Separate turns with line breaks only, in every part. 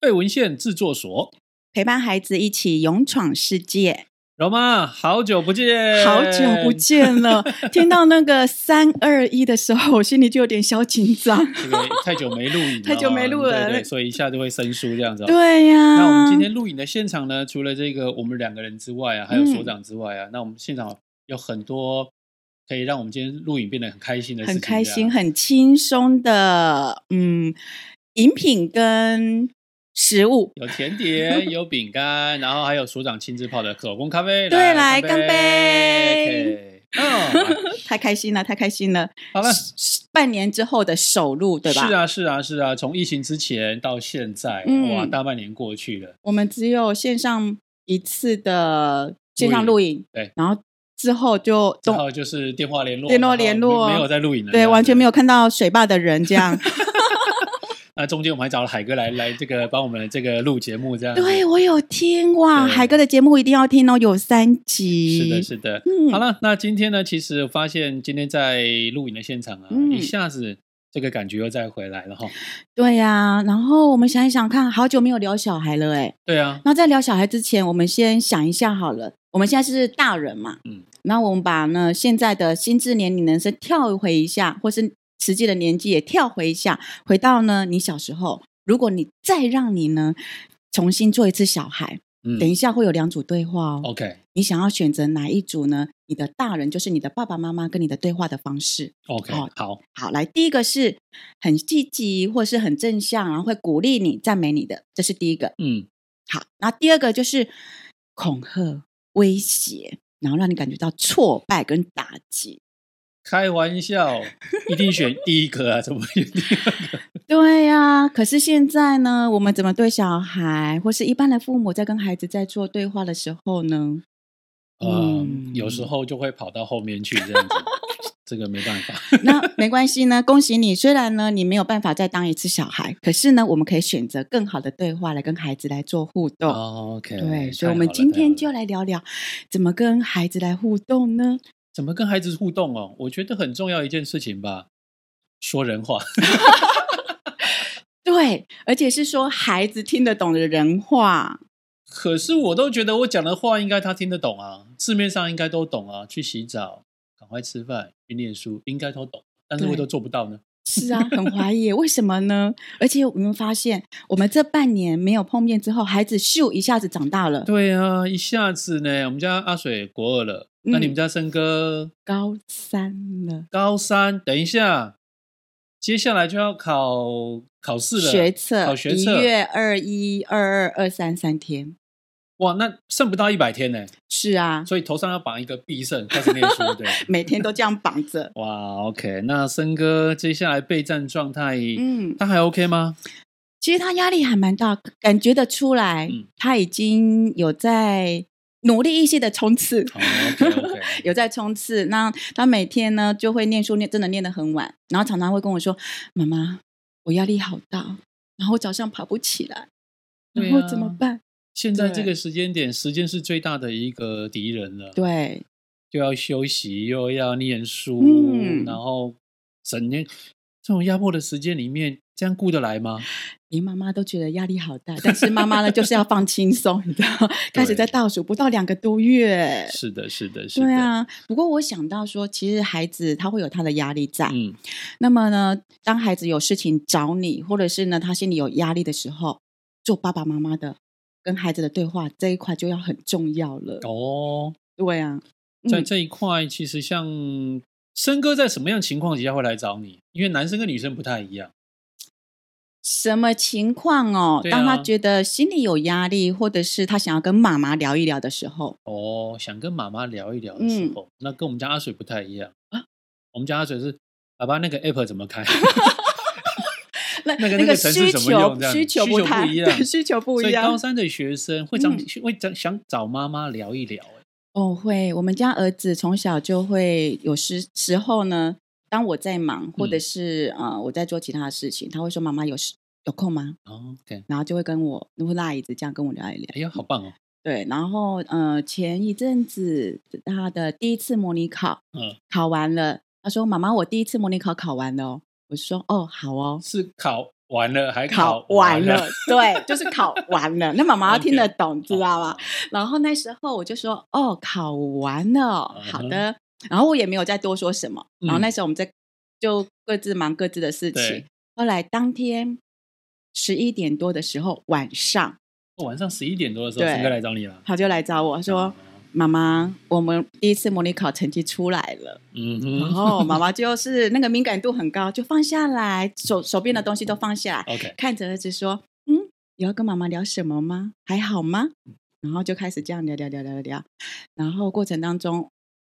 贝文献制作所，
陪伴孩子一起勇闯世界。
柔妈，好久不见，
好久不。见 了，听到那个三二一的时候，我心里就有点小 紧张。
这个太久没录影了哦，
太久没录了
对对，所以一下就会生疏这样子哦。
对啊呀、
那我们今天录影的现场呢，除了这个我们两个人之外啊，还有所长之
嗯
外啊，那我们现场有很多可以让我们今天录影变得很开心的事情，啊
很开心、。很轻松的，嗯，饮品跟食物。
有甜点，有饼干，然后还有所长亲自泡的手工咖啡。
对来
干
干杯！
OK 嗯，
太开心了，太开心了！
好了，
半年之后的首录，对吧？
是啊，是啊，是啊，从疫情之前到现在，
嗯
哇，大半年过去了。
我们只有线上一次的线上录影，
对
然后之后就
然后就是电话联络，
电话
然后
联络啊
没没有在录影了，
对，完全没
有。
有看到水坝的人这样。
那中间我们还找了海哥来来这个帮我们这个录节目，这样子
对，我有听哇，
对
海哥的节目一定要听哦，有三集。
是的，是的。
嗯
好了，那今天呢，其实我发现今天在录影的现场啊，
嗯
一下子这个感觉又再回来了哈。
对呀、然后我们想一想看，好久没有聊小孩了哎。
对啊，
那在聊小孩之前，我们先想一下好了。我们现在是大人嘛，
嗯
嗯，那我们把呢现在的心智年龄呢是跳回一下，或是实际的年纪也跳回一下，回到呢你小时候。如果你再让你呢重新做一次小孩，等
嗯
一下会有两组对话哦。
，OK，
你想要选择哪一组呢？你的大人就是你的爸爸妈妈跟你的对话的方式。
OK，
好
好，
好，来，第一个是很积极或是很正向，然后会鼓励你、赞美你的，这是第一个。
嗯，
好，那第二个就是恐吓、威胁，然后让你感觉到挫败跟打击。
开玩笑，一定选第一个啊，怎么会选第二个？
对呀、可是现在呢，我们怎么对小孩或是一般的父母在跟孩子在做对话的时候呢？
嗯，
嗯
有时候就会跑到后面去这 样子，这个没办法。
那没关系呢，恭喜你。虽然呢，你没有办法再当一次小孩，可是呢，我们可以选择更好的对话来跟孩子来做互动。
哦 OK，
对，所
太
以我们
好了
今
太好
天
了
就来聊聊怎么跟孩子来互动呢？
怎么跟孩子互动哦，我觉得很重要一件事情吧，说人话。
对，而且是说孩子听得懂的人话。
可是我都觉得我讲的话应该他听得懂啊，市面上应该都懂啊，去洗澡、赶快吃饭、去念书，应该都懂。但是
对
我都做不到呢。
是啊，很怀疑，为什么呢？而且我们发现，我们这半年没有碰面之后，孩子咻一下子长大了，
对啊，一下子呢，我们家阿水国二了，
嗯
那你们家森哥
高三了，
高三，等一下，接下来就要考考试了，
学测
考学
一
测，
月二一、二二、二三三天。
哇，那剩不到一百天呢，
是啊，
所以头上要绑一个必胜，开始念书， 对。
每天都这样绑着。
哇，OK，那森哥接下来备战状态，
嗯，
他还 OK 吗？
其实他压力还蛮大，感觉得出来，
嗯
他已经有在努力一些的冲刺，
哦，OK，OK
有在冲刺。那他每天呢就会念书，念真的念得很晚，然后常常会跟我说：“妈妈，我压力好大，然后早上爬不起来，
对
然后
啊
怎么办
现在
对
这个时间点，时间是最大的一个敌人了。？”，
对，
又要休息，又要念书，
嗯
然后整天这种压迫的时间里面，这样顾得来吗？
连妈妈都觉得压力好大，但是妈妈呢就是要放轻松，你知道， 开始在倒数不到两个多月，
是的，是的，是的。
呃对，啊，不过我想到说，其实孩子他会有他的压力在。
嗯，
那么呢，当孩子有事情找你，或者是呢他心里有压力的时候，做爸爸妈妈的跟孩子的对话这一块就要很重要了。
哦，
对啊，
在
嗯
这一块，其实像森哥在什么样情况底下会来找你？因为男生跟女生不太一样。
什么情况哦？
对啊
当他觉得心里有压力，或者是他想要跟妈妈聊一聊的时候，
哦，想跟妈妈聊一聊的
嗯
时候，那跟我们家阿水不太一样啊。我们家阿水是爸爸那个 app 怎么开？
那
那个那
那
个程式
需
怎么用
求
这样
需求
需求不
太
一样
对需求 不
所
一
以高
样。
三的学生会想、
嗯
会想想找妈妈聊一聊、欸
哦，会，我们家儿子从小就会有时时候呢，当我在忙，或者
嗯
是、呃我在做其他的事情，他会说：“妈妈有时有空吗
哦 OK，？”
然后就会跟我会拉椅子这样跟我聊一聊。
哎呀，好棒哦！
对，然后呃前一阵子他的第一次模拟考
嗯，
考完了，他说：“妈妈，我第一次模拟考考完了哦。”我说：“哦，好哦，
是考完了还
考
完
完了，对，就是考完了。”那妈妈要听得懂，知道吗？？然后那时候我就说：“哦，考完了，
嗯
好的。”然后我也没有再多说什么。然后那时候我们在就各自忙各自的事情
对。
后来当天十一点多的时候，晚上
哦晚上十一点多的时候，
对
陈哥来找你了，哦
他就来找我
啊
说：“妈妈，我们第一次模拟考成绩出来了。”
嗯
然
哼
后妈妈就是那个敏感度很高，就放下来，手手边的东西都放下来，
，OK，
看着儿子说：“嗯，你要跟妈妈聊什么吗？还好吗？”然后就开始这样聊聊聊聊聊。然后过程当中，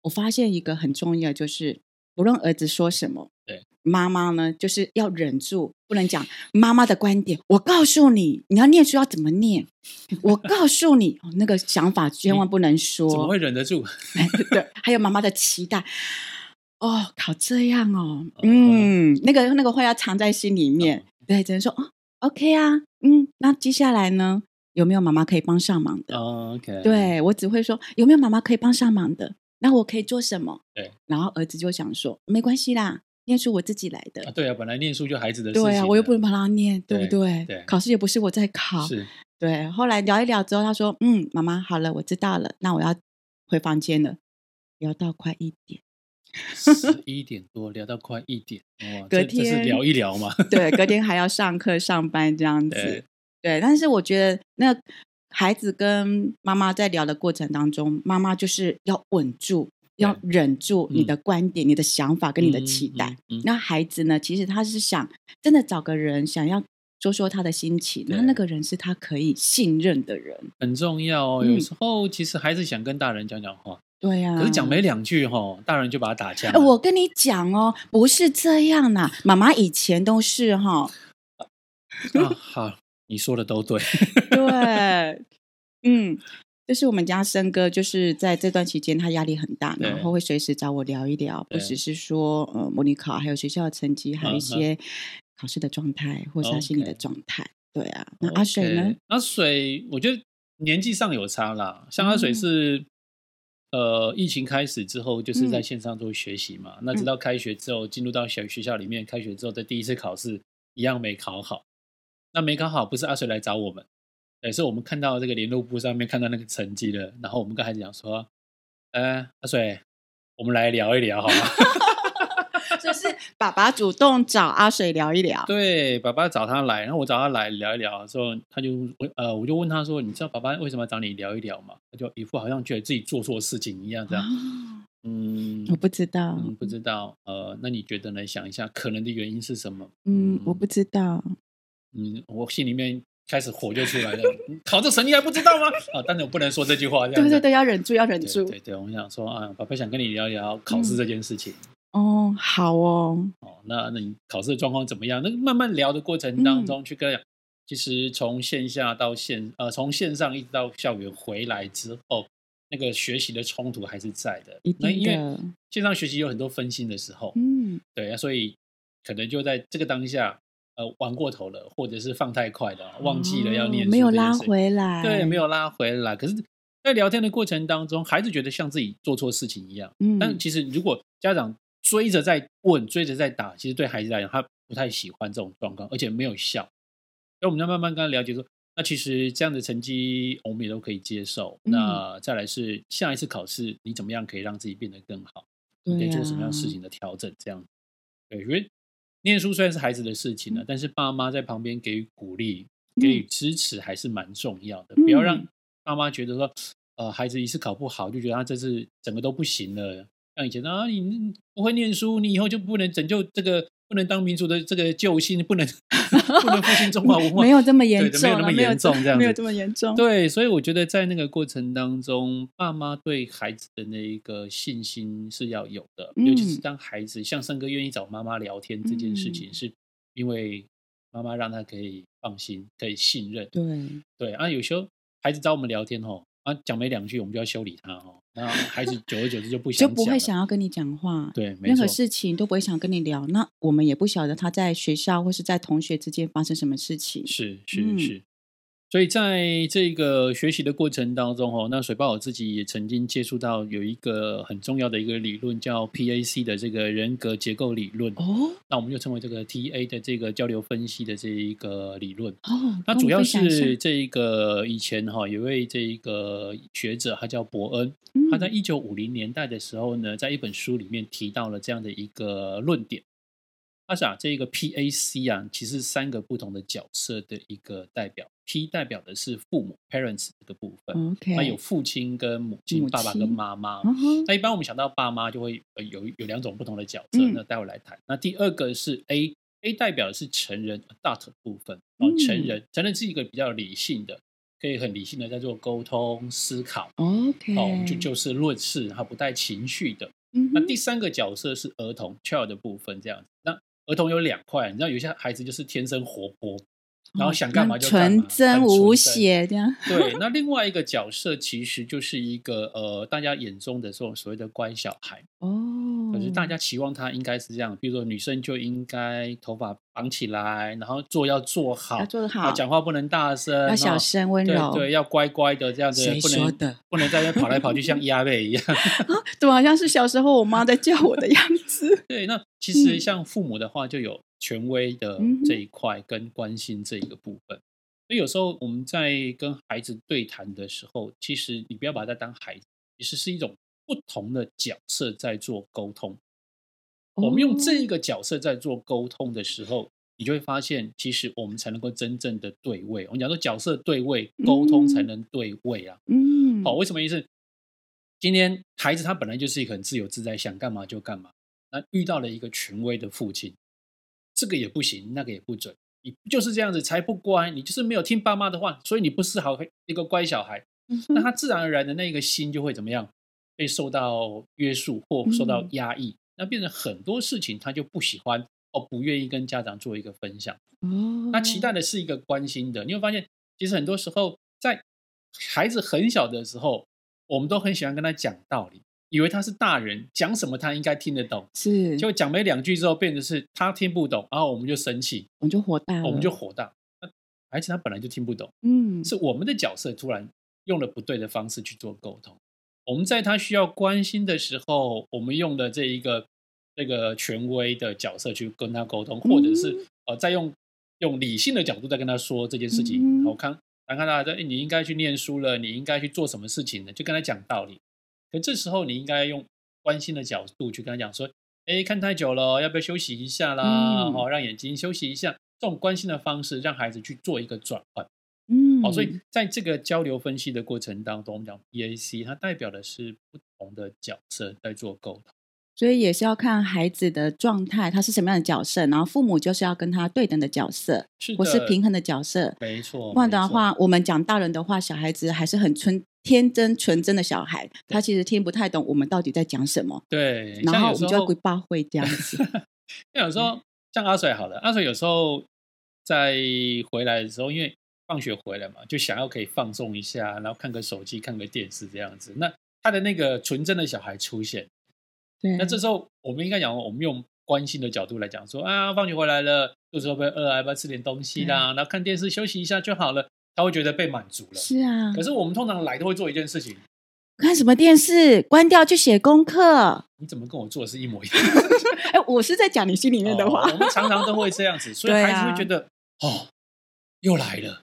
我发现一个很重要，就是不论儿子说什么，
对
妈妈呢，就是要忍住，不能讲妈妈的观点。我告诉你，你要念书要怎么念， 我告诉你，哦那个想法千万不能说。
怎么会忍得住？
对，还有妈妈的期待。哦，考这样哦，嗯，那个那个话要藏在心里面，对，只能说哦，OK 啊，嗯，那接下来呢，有没有妈妈可以帮上忙的？
哦 OK，，
对我只会说有没有妈妈可以帮上忙的？那我可以做什么？
对，
然后儿子就想说没关系啦，念书我自己来的。
啊对啊，本来念书就孩子的事情，
对啊，我又不能帮他念，对不对？
对
考试也不是我在考，
是
对，后来聊一聊之后，他说：“嗯，妈妈，好了，我知道了，那我要回房间了。”聊到快一点，
十一点多聊到快一点，哇，
隔
这这是
天
聊一聊嘛，
对，隔天还要上课上班这样
对
子，对。但是我觉得那孩子跟妈妈在聊的过程当中，妈妈就是要稳住，要忍住你的观点、你的想法跟你的期待。
嗯，嗯嗯
那孩子呢，其实他是想真的找个人，想要说说他的心情，那
对
那个人是他可以信任的人。
很重要哦。
嗯
有时候其实孩子想跟大人讲讲话，
对呀、
可是讲没两句哈，大人就把他打枪了。
哎，嗯我跟你讲哦，不是这样啦，妈妈以前都是哈，
啊好，你说的都对，
对，嗯，就是我们家森哥，就是在这段期间他压力很大，
对
然后会随时找我聊一聊，不
对
只是说呃模拟考，还有学校的成绩，还有一
嗯哼
些考试的状态，或是他心理的
OK
状态。对啊，那阿水呢
OK，？阿水，我觉得年纪上有差啦。像阿水
嗯
是，呃，疫情开始之后就是在
嗯
线上做学习嘛。那直到开学之后，进入到小学校里面，开学之后的第一次考试一样没考好。那没考好，不是阿水来找我们，对，是我们看到这个联络簿上面看到那个成绩了，然后我们跟孩子讲说，呃，阿水，我们来聊一聊好吗？
就是爸爸主动找阿水聊一聊，
对，爸爸找他来，然后我找他来聊一聊之后，他就问呃，我就问他说，你知道爸爸为什么要找你聊一聊吗？他就一副好像觉得自己做错事情一样，这
啊
样，嗯
我不知道，
嗯，不知道，呃，那你觉得呢？想一下，可能的原因是什么？
嗯，我不知道，
嗯，我心里面开始火就出来了， 你考这成绩还不知道吗？啊，但是我不能说这句话，这样
对对
子
对，要忍住，要忍
对
住
对。对，我想说啊，爸爸想跟你聊一聊考试
嗯
这件事情。
哦，好哦，
哦，那那你考试的状况怎么样？那个慢慢聊的过程
嗯
当中，去跟他讲，其实从线下到线，呃，从线上一直到校园回来之后，那个学习的冲突还是在的。
一
那
定
因为
的，
线上学习有很多分心的时候，
嗯，
对啊，所以可能就在这个当下，呃，玩过头了，或者是放太快了，忘记了要念
哦
书、
没有拉，回来，
对，没，有拉回来。可是，在聊天的过程当中，孩子觉得像自己做错事情一样。
嗯，
但其实如果家长追着在问、追着在打，其实对孩子来讲，他不太喜欢这种状况，而且没有效。所以我们要慢慢跟他了解说，那其实这样的成绩我们也都可以接受。
嗯
那再来是下一次考试，你怎么样可以让自己变得更好？你可
对
以做什么样事
啊
情的调整？这样，对，因为念书虽然是孩子的事情啊
嗯
了，但是爸妈在旁边给予鼓励、给予支持还是蛮重要的。不要让
嗯
爸妈觉得说，呃，孩子一次考不好就觉得啊他这次整个都不行了。像以前啊，你不会念书，你以后就不能拯救这个，不能当民族的这个救星，不能 不能复兴中华文化
啊 没。有这么严
对
重
没有
啦，
那么
没有
严重这样
没有
子
这么严重。
对，所以我觉得在那个过程当中，爸妈对孩子的那一个信心是要有的，尤其是
嗯
当孩子像森哥愿意找妈妈聊天这件事情，
嗯
是因为妈妈让他可以放心，可以信任。
对
对啊，有时候孩子找我们聊天哦，啊，讲没两句我们就要修理他哦，那孩子久而久之就不想
就
讲
不会
了
想要跟你讲话，
对，没
任
错
何，事情都不会想跟你聊。那我们也不晓得他在学校或是在同学之间发生什么事情。
是是
嗯
是，所以在这个学习的过程当中，哦，那水豹我自己也曾经接触到有一个很重要的一个理论，叫 PAC 的这个人格结构理论。
哦
那我们就称为这个 TA 的这个交流分析的这一个理论。
哦，
那
跟我
主要
分享一下
是这个以前哈、有位这个学者，他叫伯恩，他在
嗯
一九五零年代的时候呢，在一本书里面提到了这样的一个论点。他想这个 PAC 啊，其实是三个不同的角色的一个代表。P 代表的是父母 （parents） 这个部分，
哦 OK，
那有父亲跟母亲、
母
爸爸跟
亲
妈妈。
嗯哼
那一般我们想到爸妈，就会呃有有两种不同的角色，
嗯
那待会来谈。那第二个是 A，A 代表的是成人 adult 的部分哦，
嗯
成人，成人是一个比较理性的，可以很理性的在做沟通、思考，
OK，
哦，我们就就事论事，它不带情绪的。
嗯哼
那第三个角色是儿童 child 的部分，这样子。那儿童有两块，你知道有些孩子就是天生活泼，然后
哦
想干嘛就
很
干嘛，
纯真
很纯
无邪这样。
对，那另外一个角色其实就是一个呃，大家眼中的这种所谓的乖小孩，
哦，
可是大家期望他应该是这样，比如说女生就应该头发绑起来，然后做要做好，
要做得
啊
好，
讲话不能大声，
要小
哦
声温
对
柔，
对，要乖乖的这样子，
谁
不
说
能
的
不能在那边跑来跑去 像鸭背一样。
对，好像是小时候我妈在叫我的样子。
对，那其实
嗯
像父母的话，就有权威的
嗯哼
这一块跟关心这一个部分。所以有时候我们在跟孩子对谈的时候，其实你不要把他当孩子，其实是一种不同的角色在做沟通。 我们用
哦
这一个角色在做沟通的时候，你就会发现，其实我们才能够真正的对位。我们讲说角色对位，沟通才
嗯
能对位啊。
嗯，
好、为什么意思？今天孩子他本来就是一个很自由自在，想干嘛就干嘛。那遇到了一个权威的父亲，这个也不行，那个也不准，你就是这样子才不乖，你就是没有听爸妈的话，所以你不是好一个乖小孩。
嗯哼，
那他自然而然的那个心就会怎么样？被受到约束或受到
嗯
压抑，那变成很多事情他就不喜欢哦，不愿意跟家长做一个分享。
哦，
那期待的是一个关心的。你会发现，其实很多时候在孩子很小的时候，我们都很喜欢跟他讲道理，以为他是大人，讲什么他应该听得懂。
是，
结果讲没两句之后，变成是他听不懂，然后我们就生气，
我们就火大了，
我们就火大。那孩子他本来就听不懂，
嗯
是我们的角色突然用了不对的方式去做沟通。我们在他需要关心的时候，我们用了这一个这个权威的角色去跟他沟通，或者
嗯
是呃，再用用理性的角度在跟他说这件事情。
嗯
我看看看他说，哎，你应该去念书了，你应该去做什么事情呢？就跟他讲道理。可这时候你应该用关心的角度去跟他讲说，哎，看太久了，要不要休息一下啦？
嗯
哦，让眼睛休息一下。这种关心的方式，让孩子去做一个转换。
嗯，
哦，所以在这个交流分析的过程当中，我们讲 EAC，它代表的是不同的角色在做沟通。
所以也是要看孩子的状态，他是什么样的角色，然后父母就是要跟他对等的角色，
是
或是
的
平衡的角色。
没错。
不然的
哦没错，
话，我们讲大人的话，小孩子还是很纯天真纯真的小孩，他其实听不太懂我们到底在讲什么，
对，
然
像
后
有
我
时
们就要嗯
候
鬼爸会这样 子。
像有时候像阿水好了，阿水有时候在回来的时候，因为放学回来嘛，就想要可以放松一下，然后看个手机、看个电视这样子。那他的那个纯真的小孩出现，
对，
那这时候我们应该讲，我们用关心的角度来讲说啊，放学回来了，肚子会不会饿啊？要不要吃点东西啦？然后看电视休息一下就好了，他会觉得被满足了。
是啊
可，是我们通常来都会做一件事情，
看什么电视，关掉去写 功课。
你怎么跟我做的是一模一样？
哎，我是在讲你 心里面的话。
哦我们常常都会这样子，所以
对
孩
啊
子会觉得、哦，又来了，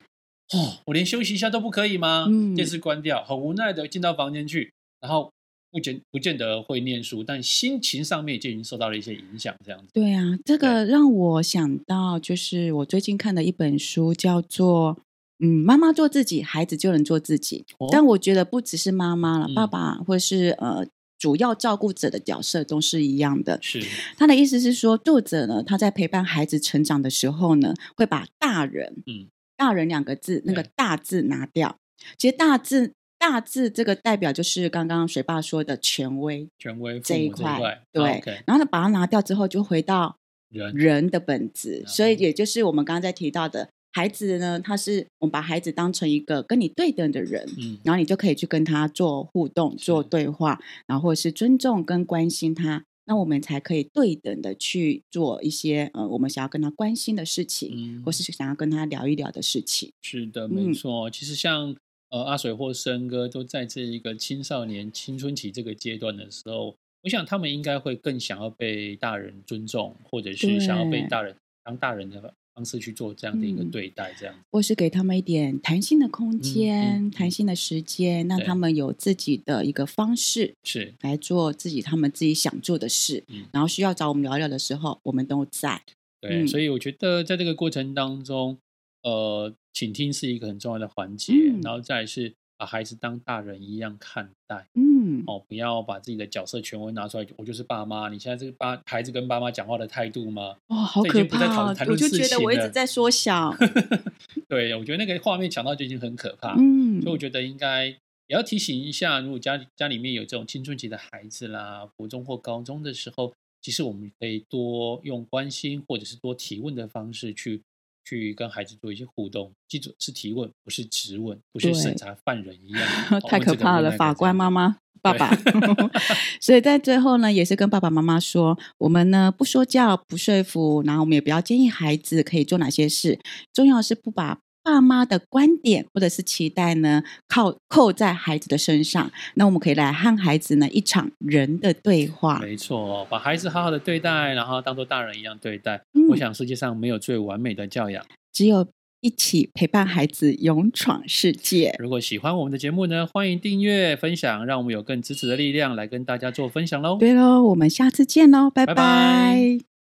哦，我连休息一下都不可以吗？
嗯
电视关掉，很无奈的进到房间去，然后不见不见得会念书，但心情上面就已经受到了一些影响，这样子。
对啊，这个让我想到，就是我最近看的一本书，叫做《嗯，妈妈做自己，孩子就能做自己》。
哦
但我觉得不只是妈妈了，
嗯
爸爸或是呃主要照顾者的角色都是一样的。
是，
他的意思是说，作者呢，他在陪伴孩子成长的时候呢，会把“大人”
嗯
大人”两个字那个
对
“大”字拿掉。其实“大”字“大”字这个代表就是刚刚水爸说的权威
权威父
这
母
一
这一块，
对。
o k
然后呢，把它拿掉之后，就回到
人
人的本质
嗯，
所以也就是我们刚刚在提到的，孩子呢，他是我们把孩子当成一个跟你对等的人，
嗯，
然后你就可以去跟他做互动、做对话，然后或者是尊重跟关心他，那我们才可以对等的去做一些呃，我们想要跟他关心的事情，
嗯
或是想要跟他聊一聊的事情。
是的，没
嗯
错。其实像呃阿水或森哥都在这一个青少年青春期这个阶段的时候，我想他们应该会更想要被大人尊重，或者是想要被
对
大人当大人的方式去做这样的一个
嗯
对待，这样。
或是给他们一点弹性的空间、
嗯
弹性的时间，让
对
他们有自己的一个方式
是，
来做自己他们自己想做的事。
嗯
然后需要找我们聊一聊的时候，我们都在。
对，
嗯
所以我觉得在这个过程当中，呃，倾听是一个很重要的环节，
嗯
然后再来是把孩子当大人一样看待。
嗯，
哦，不要把自己的角色权威拿出来，我就是爸妈。你现在这个爸孩子跟爸妈讲话的态度吗？
哦，好
这已
可
经不再讨
怕！
谈
我
论
就
事
觉得
情
我一直
了
在 缩小。
对，我觉得那个画面想到就已经很可怕，
嗯，
所以我觉得应该也要提醒一下，如果家里家里面有这种青春期的孩子啦，国中或高中的时候，其实我们可以多用关心或者是多提问的方式去去跟孩子做一些互动。记住是提问，不是质问，不是审
对。
查犯人一样 哦
太可怕了，法官妈？妈、爸爸。 所以在最后呢，也是跟爸爸妈妈说，我们呢不说教、不说服，然后我们也不要建议孩子可以做哪些事，重要的是不把。爸妈的观点或者是期待呢，靠扣在孩子的身上，那我们可以来和孩子呢一场人的对话
这个。没错，哦把孩子好好的对待，然后当做大人一样对待。
嗯
我想世界上没有最完美的教养。
只有一起陪伴孩子勇闯世界。
如果喜欢我们的节目呢，欢迎订阅、分享，让我们有更支持的力量来跟大家做分享喽。
对喽，我们下次见喽，拜
拜
拜
拜